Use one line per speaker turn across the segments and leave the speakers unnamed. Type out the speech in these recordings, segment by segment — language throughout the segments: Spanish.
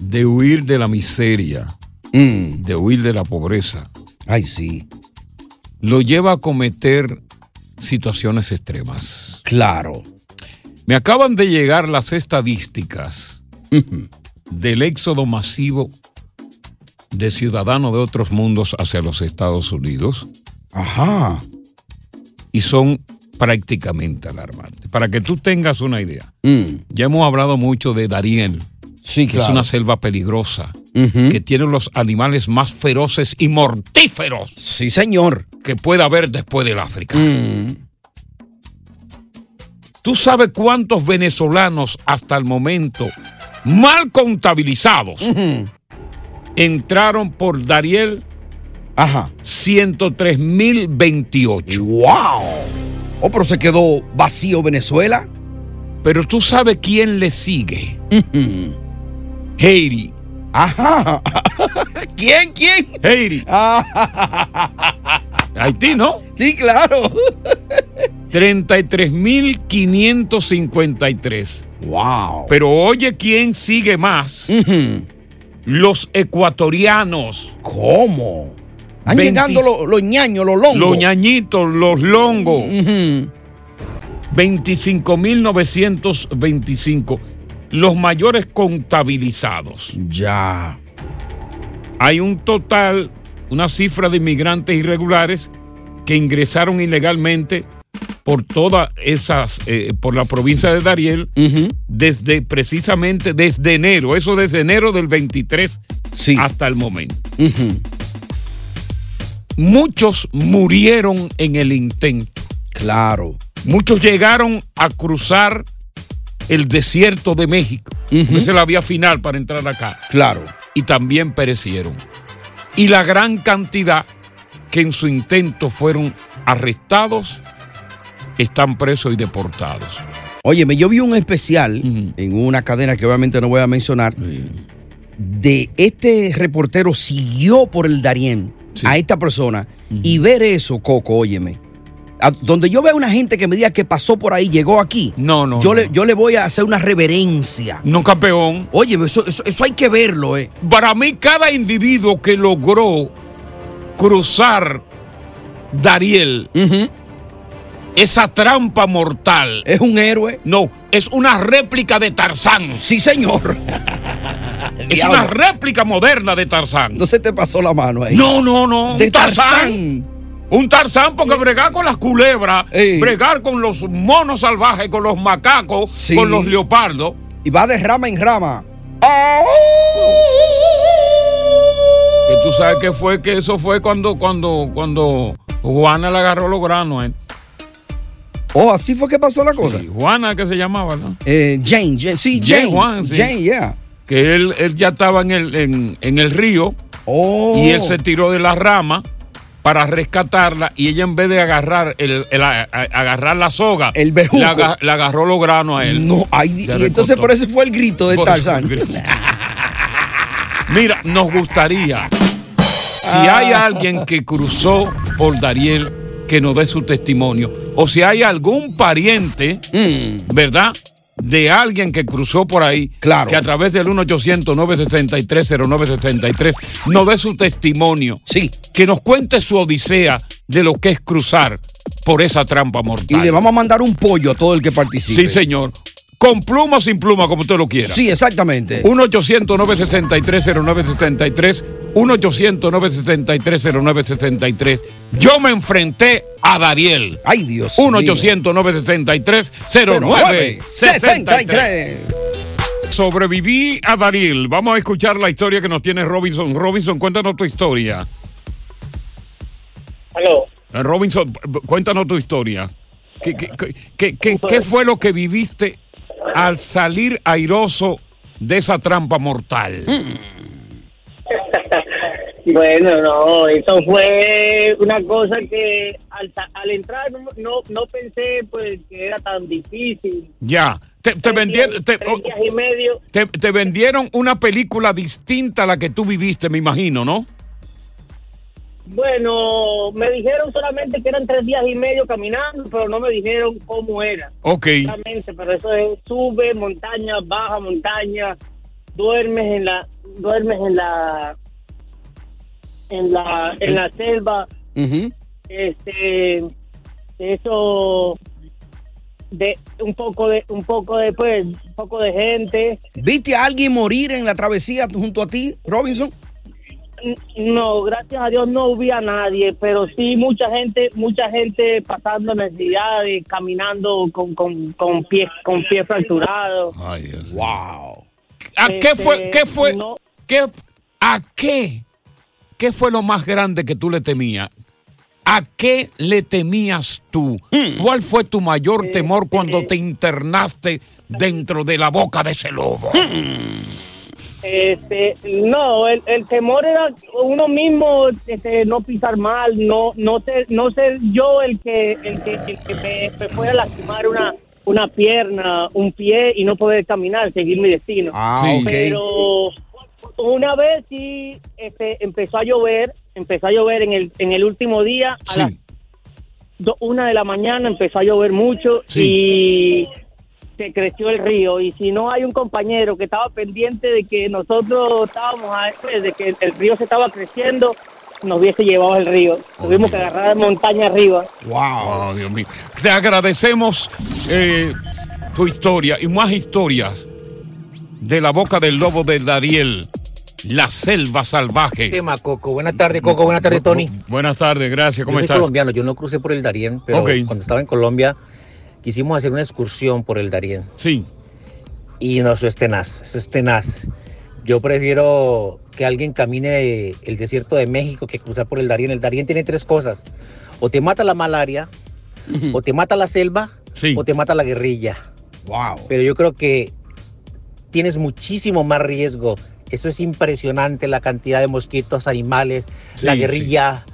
de huir de la miseria, de huir de la pobreza,
Mm. Ay, sí,
lo lleva a cometer situaciones extremas.
claro.
Me acaban de llegar las estadísticas
Ujú.
del éxodo masivo de ciudadanos de otros mundos hacia los Estados Unidos
Ajá.
y son prácticamente alarmantes. Para que tú tengas una idea,
Mm.
ya hemos hablado mucho de Dariel,
Sí,
que
claro.
es una selva peligrosa,
Ujú.
que tiene los animales más feroces y mortíferos
Sí, señor.
que pueda haber después del África.
Mm.
¿Tú sabes cuántos venezolanos hasta el momento, mal contabilizados,
Ujú.
entraron por Dariel
Ajá.
103.028?
¡Wow! Oh, pero se quedó vacío Venezuela.
Pero tú sabes quién le sigue.
Ujú.
Heidi.
Ajá. ¿Quién, quién?
Heidi. Haití, ¿no?
Sí, claro.
33.553.
¡Wow!
Pero oye quién sigue más.
Ujú.
Los ecuatorianos.
¿Cómo? Están
20.
llegando los, los ñaños, los longos.
Los ñañitos, los longos.
Ujú.
25.925. Los mayores contabilizados.
Ya.
Hay un total, una cifra de inmigrantes irregulares que ingresaron ilegalmente por todas esas, eh, por la provincia de Dariel,
Ujú.
desde precisamente desde enero, eso desde enero del 23
Sí.
hasta el momento.
Ujú.
Muchos murieron en el intento.
Claro.
Muchos llegaron a cruzar el desierto de México,
Ujú.
que es la vía final para entrar acá,
Claro.
y también perecieron. Y la gran cantidad que en su intento fueron arrestados, están presos y deportados.
Óyeme, yo vi un especial
Ujú.
en una cadena que obviamente no voy a mencionar, de este reportero siguió por el Darién
Sí.
a esta persona y ver eso, Coco, óyeme. a- donde yo vea una gente que me diga que pasó por ahí, llegó aquí,
No, no.
yo,
no.
Le, yo le voy a hacer una reverencia.
no campeón.
Óyeme, eso, eso- eso hay que verlo, eh.
Para mí, cada individuo que logró cruzar Dariel, esa trampa mortal,
Es un héroe.
no, es una réplica de Tarzán.
Sí, señor.
Es
Diablo.
una réplica moderna de Tarzán.
No se te pasó la mano ahí.
No, no, no.
de
un Tarzán.
Tarzán.
Un Tarzán, porque bregar con las culebras,
Ey.
bregar con los monos salvajes, con los macacos,
Sí.
con los leopardos.
Y va de rama en rama.
tú sabes que fue que eso fue cuando, cuando, cuando Juana le agarró los granos a él.
Oh, así fue que pasó la cosa.
Sí, Juana que se llamaba, ¿no?
Eh, Jane, Jane, sí, Jane.
Jane Juan, sí.
Jane, yeah.
Que él, él ya estaba en el, en, en el río
Oh.
y él se tiró de la rama para rescatarla y ella en vez de agarrar el, el- a- a- agarrar la soga,
El bejuco.
le, aga- le agarró los granos a él.
No, ay, y
Se
entonces
recortó.
por eso fue el grito de
Por eso
Tarzán.
el grito. Mira, nos gustaría, si
Ah.
hay alguien que cruzó por Dariel, que nos dé su testimonio. O si hay algún pariente, ¿verdad? De alguien que cruzó por ahí.
Mm. Claro.
Que a través del 1-800-963-0963 nos dé su testimonio.
Sí.
Que nos cuente su odisea de lo que es cruzar por esa trampa
Y
mortal.
le vamos a mandar un pollo a todo el que participe.
Sí, señor. Con pluma o sin pluma, como usted lo quiera.
Sí, exactamente.
1-800-963-0963. 1-800-963-0963. Yo me enfrenté a Dariel.
Ay, Dios. mío.
1-800-963-0963. Sobreviví a Dariel. Vamos a escuchar la historia que nos tiene Robinson. Robinson, cuéntanos tu historia.
Aló.
Eh, Robinson, p- p- cuéntanos tu historia. ¿Qué, qué- qué- qué- qué- qué fue lo que viviste al salir airoso de esa trampa mortal?
Bueno, no, eso fue una cosa que al, sa- al entrar no, no, no pensé pues que era tan difícil.
Ya. Te, te vendieron, te,
Tres días y medio.
te- te vendieron una película distinta a la que tú viviste, me imagino, ¿no?
Bueno, me dijeron solamente que eran tres días y medio caminando, pero no me dijeron cómo era.
Ok.
Exactamente, pero eso es sube montaña, baja montaña, duermes en la, duermes en la, en la, en la selva.
Ujú.
este eso de un poco de un poco de pues un poco de gente
¿Viste a alguien morir en la travesía junto a ti, Robinson?
N- no gracias a Dios no vi a nadie pero sí mucha gente mucha gente pasando necesidades caminando con con con pies con pies fracturados
Ay, Dios.
Wow.
¿A Ah, qué
Este,
fue? ¿Qué fue?
no.
¿Qué- ¿A qué? ¿Qué fue lo más grande que tú le temías? ¿A qué le temías tú? ¿Cuál fue tu mayor
Este,
temor cuando te internaste dentro de la boca de ese lobo?
Este, no, el, el temor era uno mismo, este, no pisar mal, no, no ser, no ser yo el que, el que, el que me, me fuera a lastimar una, una pierna, un pie y no poder caminar, seguir mi destino.
Ah,
Sí.
ok.
Pero una vez sí, este, empezó a llover, empezó a llover en el, en el último día, a las do- una de la mañana empezó a llover mucho y se creció el río y si no hay un compañero que estaba pendiente de que nosotros estábamos a- pues, de que el río se estaba creciendo nos hubiese llevado el río tuvimos que agarrar montaña arriba
Wow, Dios mío. Te agradecemos eh, tu historia y más historias de la boca del lobo de Dariel, la selva salvaje.
tema, Coco. Buenas tardes, Coco. Buenas tardes, Tony.
Buenas tardes, gracias. ¿Cómo
yo soy
estás?
colombiano, yo no crucé por el Darién, pero
Ok.
cuando estaba en Colombia quisimos hacer una excursión por el Darién.
Sí.
Y no, eso es tenaz, eso es tenaz. Yo prefiero que alguien camine el desierto de México que cruzar por el Darién. El Darién tiene tres cosas. O te mata la malaria, o te mata la selva, o te mata la guerrilla.
Wow.
Pero yo creo que tienes muchísimo más riesgo. Eso es impresionante, la cantidad de mosquitos, animales,
Sí,
la guerrilla.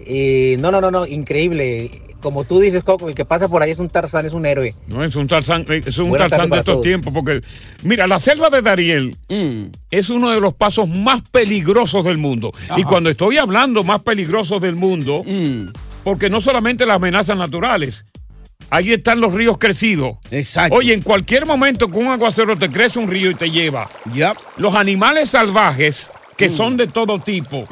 Eh, no, no, no, no, increíble. Como tú dices, Coco, el que pasa por ahí es un Tarzán, es un héroe.
No, es un Tarzán, eh, es un
Buenas
Tarzán de
tardes para
estos
todos. Mm.
tiempos, porque mira, la selva de Dariel es uno de los pasos más peligrosos del mundo. Y cuando estoy hablando más peligrosos del mundo,
Mm.
porque no solamente las amenazas naturales, ahí están los ríos crecidos.
Exacto.
Oye, en cualquier momento con un aguacero te crece un río y te lleva.
Yep.
Los animales salvajes, que
Mm.
son de todo tipo.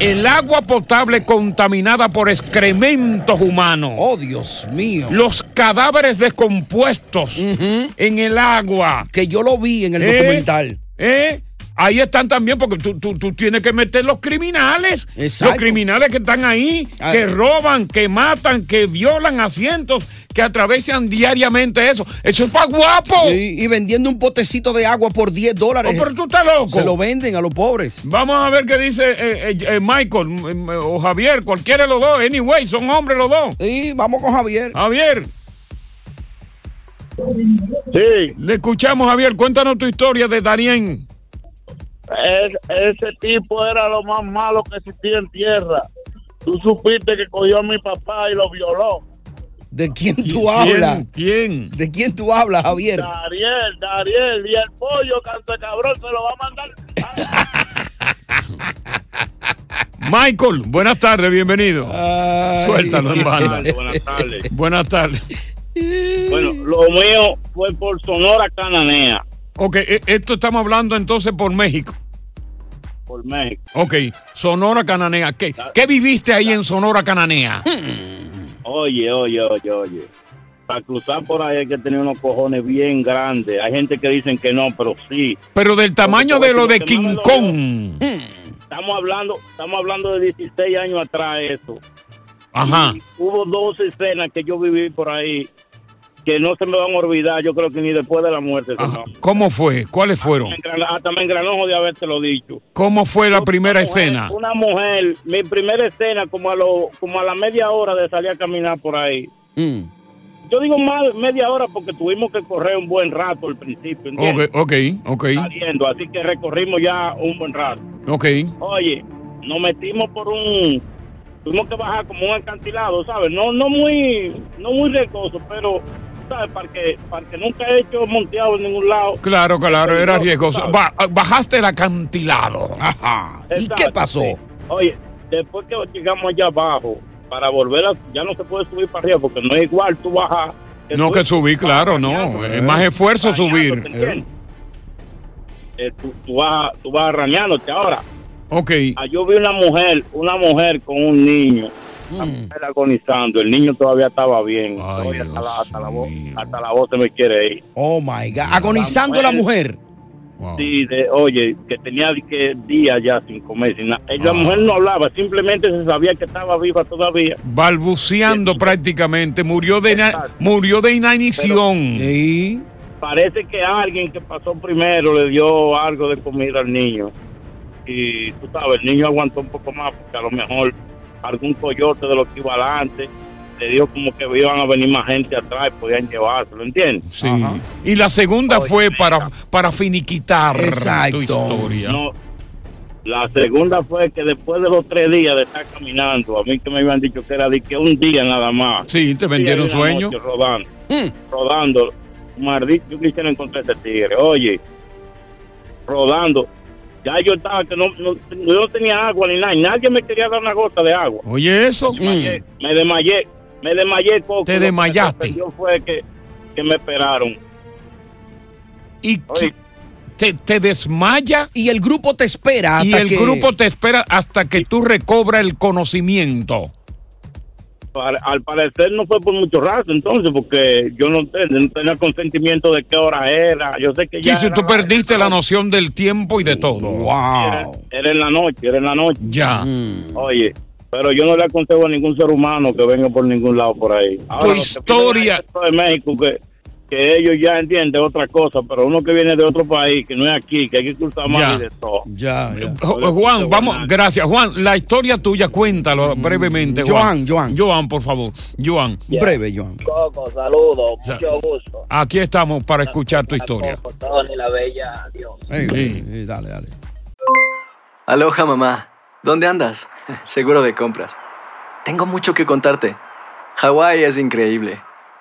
El agua potable contaminada por excrementos humanos.
Oh, Dios mío.
Los cadáveres descompuestos en el agua.
Que yo lo vi en el
¿Eh?
documental.
¿Eh? Ahí están también porque tú, tú- tú tienes que meter los criminales. Los criminales que están ahí,
Ah.
que roban, que matan, que violan a cientos, que atravesan diariamente eso. Eso es para guapo.
Y, y vendiendo un potecito de agua por 10 dólares.
Oh, pero tú estás loco.
Se lo venden a los pobres.
Vamos a ver qué dice eh, eh, eh, Michael mm, mm, o Javier, cualquiera de los dos. Anyway, son hombres los dos.
Sí, vamos con Javier.
Javier.
Sí.
Le escuchamos, Javier. Cuéntanos tu historia de Darien.
Es- ese tipo era lo más malo que existía en tierra. Tú supiste que cogió a mi papá y lo violó.
¿De quién tú hablas?
¿Quién?
¿De quién tú hablas, Javier?
Dariel, Dariel. Y el pollo, canto de cabrón, se lo va a mandar.
Michael, buenas tardes, bienvenido. Suéltalo
Buenas
en banda.
tardes, buenas tardes.
Buenas tardes.
Bueno, lo mío fue por Sonora Cananea,
Ok, e- esto estamos hablando entonces por México.
por México.
Ok, Sonora Cananea. ¿Qué, qué viviste ahí en Sonora Cananea?
Oye, oye, oye, oye. Para cruzar por ahí hay que tener unos cojones bien grandes. Hay gente que dicen que no, pero sí.
Pero del tamaño de lo de King Kong.
Estamos hablando, estamos hablando de 16 años atrás eso.
Ajá.
Hubo dos escenas que yo viví por ahí que no se me van a olvidar, yo creo que ni después de la muerte. se me van
¿Cómo fue? ¿Cuáles fueron?
a- Hasta me engranojo de haberte lo dicho.
¿Cómo fue la primera escena?
Una mujer, mi primera escena, como a, lo, como a la media hora de salir a caminar por ahí. Yo digo más media hora porque tuvimos que correr un buen rato al principio, ¿entiendes?
Ok, ok, ok,
Saliendo, así que recorrimos ya un buen rato.
ok.
Oye, nos metimos por un tuvimos que bajar como un acantilado, ¿sabes? No no muy no muy riesgoso, pero ¿sabes? Para que, para que nunca he hecho monteado en ningún lado.
Claro, claro, era riesgoso.
¿sabes?
Ba- bajaste el acantilado. Ajá. ¿Y
Exacto,
qué pasó?
sí. Oye, después que llegamos allá abajo, para volver a, ya no se puede subir para arriba porque no es igual tú bajas.
No,
tú-
que subí, claro, no. Es más esfuerzo subir.
¿entiendes? Eh, tú, tú vas, tú vas arañándote ahora.
Ok.
Ah, Yo vi una mujer, una mujer con un niño. La
Mm.
mujer agonizando, el niño todavía estaba bien. Todavía hasta, la, hasta la voz, hasta la voz se me quiere ir.
Oh my God. Agonizando la mujer.
Sí, de- oye, que tenía que días ya sin comer, sin nada. Eh, La
Ah.
mujer no hablaba, simplemente se sabía que estaba viva todavía.
Balbuceando prácticamente. Murió de, ina- murió de inanición.
Parece que alguien que pasó primero le dio algo de comida al niño. Y tú sabes, el niño aguantó un poco más porque a lo mejor algún coyote de los que iba adelante le dijo como que iban a venir más gente atrás y podían llevárselo, ¿entiendes?
Sí. Y la segunda fue para, para finiquitar tu historia.
No, la segunda fue que después de los tres días de estar caminando, a mí que me habían dicho que era de que un día nada más.
Sí, te vendieron
Un día y una
sueño. Mm.
noche Rodando, rodando. Maldito, yo quisiera encontrar ese tigre. Oye, rodando. Ya yo estaba que no, no, yo no tenía agua ni nada. y Nadie me quería dar una gota de agua.
Oye, eso. mm.
Me desmayé. Me desmayé, Coco. Lo
Te
que me
desmayaste.
sorprendió fue que, que me esperaron.
Y que- te, te desmaya.
Y el grupo te espera.
Y
hasta
el
que-
grupo te espera hasta que tú recobras el conocimiento.
Al, al parecer no fue por mucho rato, entonces, porque yo no, te- no tenía consentimiento de qué hora era. Yo sé que
Sí,
ya
si
era,
tú perdiste la noción del tiempo y de todo.
era- era en la noche, era en la noche. Mm.
Ya.
Oye, pero yo no le aconsejo a ningún ser humano que venga por ningún lado por ahí.
Tu
los que
historia-
vienen del resto de México, que, que ellos ya entienden otra cosa, pero uno que viene de otro país, que no es aquí, que hay que cruzar más
Ya.
y de todo.
Ya, ya.
Jo- Juan, vamos, gracias. Juan, la historia tuya,
Mm,
cuéntalo brevemente. Juan, Joan. Joan, por favor. Joan.
Breve, Joan.
Coco, saludos,
Ya.
mucho gusto.
Aquí estamos para escuchar tu historia.
Coco, Tony, la bella, adiós.
dale, dale.
Aloha mamá, ¿dónde andas? Seguro de compras. Tengo mucho que contarte. Hawái es increíble.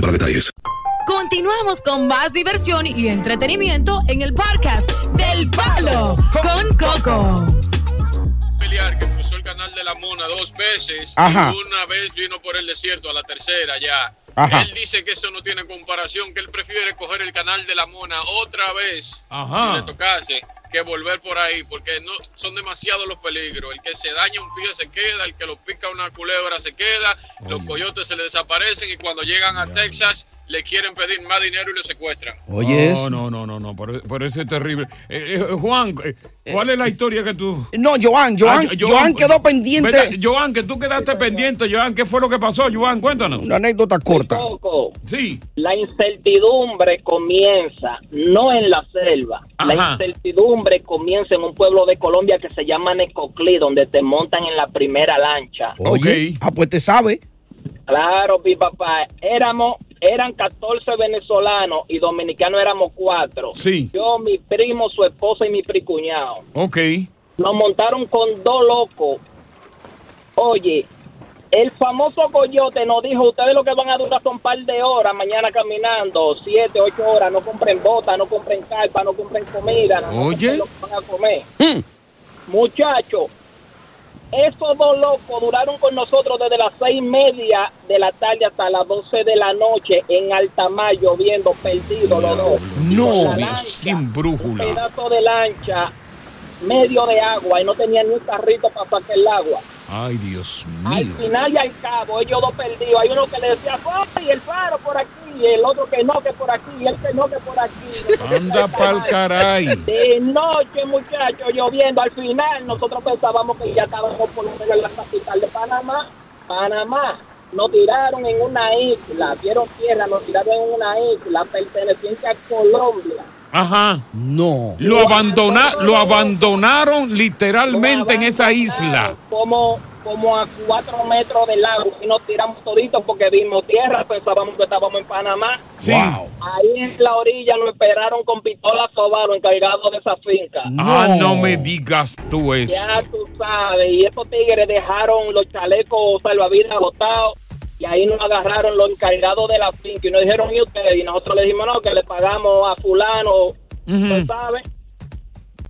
para detalles.
Continuamos con más diversión y entretenimiento en el podcast del Palo con Coco.
familiar que cruzó el canal de la Mona dos veces
Ajá.
y una vez vino por el desierto a la tercera ya.
Ajá.
Él dice que eso no tiene comparación, que él prefiere coger el canal de la Mona otra vez
Ajá.
si le tocase que volver por ahí, porque no son demasiados los peligros. El que se daña un pie se queda, el que lo pica una culebra se queda, los coyotes se le desaparecen y cuando llegan a Texas le quieren pedir más dinero y lo secuestran.
Oye,
No,
eso.
no, no, no, no, pero, pero ese es terrible. Eh, eh, Juan, eh, ¿cuál es la historia que tú...
No, Joan, Joan,
Ah,
Joan quedó pendiente.
¿Verdad? Joan, que tú quedaste pendiente, Joan, ¿qué fue lo que pasó? Joan, cuéntanos.
Una anécdota corta.
Coco,
Sí.
la incertidumbre comienza no en la selva. La
Ajá.
incertidumbre comienza en un pueblo de Colombia que se llama Necoclí, donde te montan en la primera lancha.
Oh.
Oye, ah, pues te sabe.
Claro, mi papá. Éramos, eran 14 venezolanos y dominicanos éramos cuatro.
Sí.
Yo, mi primo, su esposa y mi pricuñado.
Ok.
Nos montaron con dos locos. Oye, el famoso coyote nos dijo, ustedes lo que van a durar son un par de horas mañana caminando, siete, ocho horas, no compren botas, no compren carpa, no compren comida, no
Oye. Hmm.
compren lo que van a comer. Muchacho, esos dos locos duraron con nosotros desde las seis y media de la tarde hasta las doce de la noche en alta mar lloviendo, perdidos los dos.
No,
Con la
Dios, sin brújula.
pedazo de lancha medio de agua y no tenía ni un carrito para sacar el agua.
Ay, Dios
Al
mío.
final y al cabo, ellos dos perdidos. Hay uno que le decía, ¡ay, el faro por aquí! Y el otro que no, que por aquí. Y el que no, que por aquí.
Anda pa'l caray.
De noche, muchachos, lloviendo. Al final, nosotros pensábamos que ya estábamos por lo menos en la capital de Panamá. Panamá. Nos tiraron en una isla, vieron tierra, nos tiraron en una isla perteneciente a Colombia.
Ajá.
No.
Lo, abandona, lo abandonaron literalmente en esa isla.
como, como a cuatro metros del lago y nos tiramos toditos porque vimos tierra, pensábamos que estábamos en Panamá.
Sí.
Ahí en la orilla nos esperaron con pistola sobaron encargados de esa finca.
Ah, no me digas tú eso.
Ya tú sabes, y esos tigres dejaron los chalecos salvavidas botados y ahí nos agarraron los encargados de la finca y nos dijeron, ¿y ustedes? Y nosotros le dijimos, no, que le pagamos a fulano, ¿tú sabes?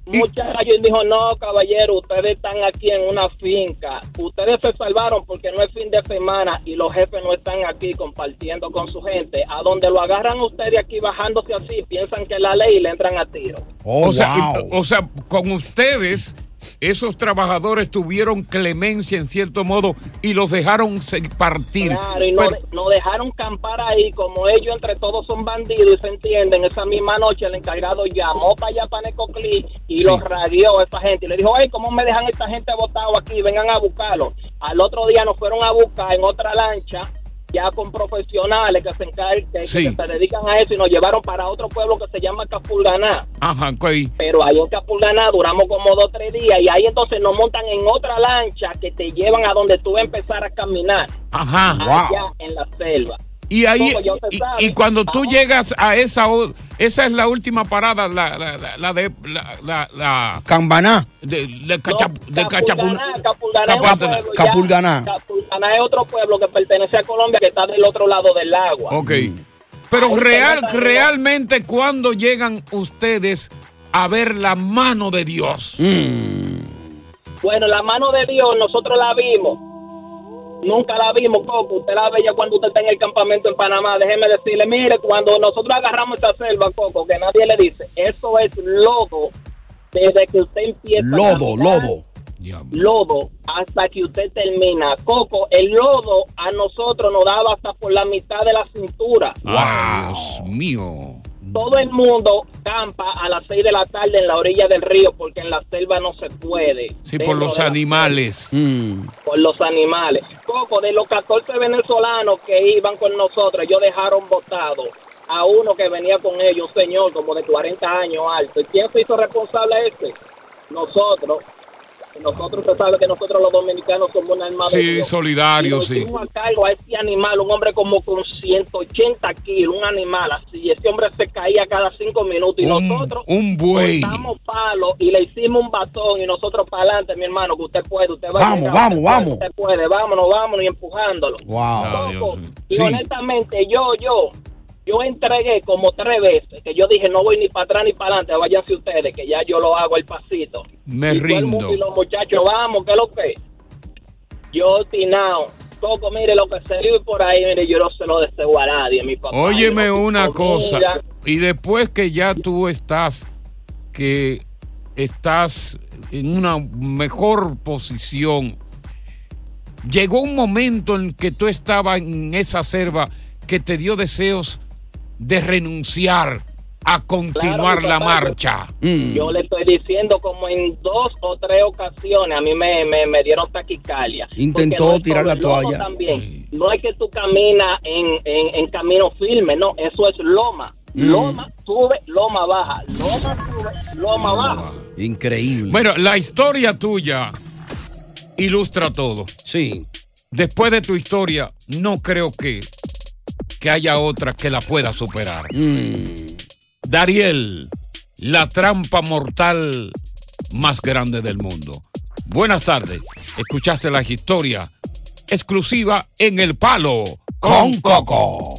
Muchacho, y dijo, no, caballero, ustedes están aquí en una finca. Ustedes se salvaron porque no es fin de semana y los jefes no están aquí compartiendo con su gente. A donde lo agarran ustedes aquí bajándose así, piensan que es la ley y le entran a tiro. Oh,
o, sea, o sea, con ustedes, esos trabajadores tuvieron clemencia en cierto modo y los dejaron se- partir.
Claro, y nos,
Pero-
nos dejaron campar ahí, como ellos entre todos son bandidos y se entienden. Esa misma noche el encargado llamó para allá para Necoclí y
Sí.
los radió a esa gente. Y le dijo, ay, ¿cómo me dejan esta gente botado aquí? Vengan a buscarlo. Al otro día nos fueron a buscar en otra lancha, ya con profesionales que se, encar- que- que
Sí.
se dedican a eso y nos llevaron para otro pueblo que se llama Capulganá.
Ajá, ok.
Pero ahí en Capulganá duramos como dos o tres días y ahí entonces nos montan en otra lancha que te llevan a donde tú vas a empezar a caminar
Ajá.
allá en la selva.
Y ahí,
Como ya usted
y,
sabe,
y cuando tú llegas a esa, o- esa es la última parada, la, la, la, la de la, la, la-
Cambaná.
de, de Cachap- de Cachapun-
Capulganá, Capulganá
Capulganá.
es otro pueblo ya.
Capulganá.
Capulganá es otro pueblo que pertenece a Colombia que está del otro lado del agua.
Ok. Pero
Ahí
real,
está.
realmente, ¿cuándo llegan ustedes a ver la mano de Dios?
Mm. Bueno, la mano de Dios nosotros la vimos. Nunca la vimos, Coco. Usted la veía cuando usted está en el campamento en Panamá. Déjeme decirle, mire, cuando nosotros agarramos esta selva, Coco, que nadie le dice, eso es lodo. Desde que usted empieza a
Lodo,
caminar
lodo.
lodo hasta que usted termina. Coco, el lodo a nosotros nos daba hasta por la mitad de la cintura.
Ay, Dios mío.
Todo el mundo campa a las 6 de la tarde en la orilla del río porque en la selva no se puede.
Sí, por los
Dentro de la-
animales.
Por los animales. Coco, de los 14 venezolanos que iban con nosotros, ellos dejaron votado a uno que venía con ellos, un señor como de 40 años alto. ¿Y quién se hizo responsable a este? Nosotros. Nosotros, se sabe que nosotros los dominicanos somos un alma de
Sí,
Dios. Y
solidario,
nos
sí.
hicimos a cargo a ese animal, un hombre como con 180 kilos, un animal así. Ese hombre se caía cada cinco minutos. Y nosotros
Un buey.
cortamos palos y le hicimos un batón y nosotros para adelante, mi hermano, que usted puede, usted va a
Vamos, vamos,
usted
vamos.
puede, Usted puede, vámonos, vámonos y empujándolo.
Wow.
Ah,
Y
Sí.
honestamente, yo, yo, yo entregué como tres veces, que yo dije, no voy ni para atrás ni para adelante, váyanse ustedes, que ya yo lo hago el pasito.
Me
Y todo el mundo
rindo.
y los muchachos, vamos, ¿qué es lo que? es? Yo, Tinao, Coco, mire lo que se vive por ahí, mire, yo no se lo deseo a nadie, mi papá.
Óyeme una
comida.
cosa. Y después que ya tú estás, que estás en una mejor posición, llegó un momento en que tú estabas en esa selva que te dio deseos de renunciar a continuar
Claro, mi
la
papá, yo-
marcha.
Mm.
Yo le estoy diciendo como en dos o tres ocasiones a mí me, me, me dieron taquicardia.
Intentó
Porque no es
tirar la
solo el lodo
toalla.
También. No es que tú caminas en, en, en camino firme, no, eso es loma.
Mm.
Loma sube, loma baja. Loma sube, loma baja.
Increíble.
Bueno, la historia tuya ilustra todo.
Sí.
Después de tu historia, no creo que, que haya otra que la pueda superar. Dariel, la trampa mortal más grande del mundo. Buenas tardes. Escuchaste la historia exclusiva en El Palo con Coco.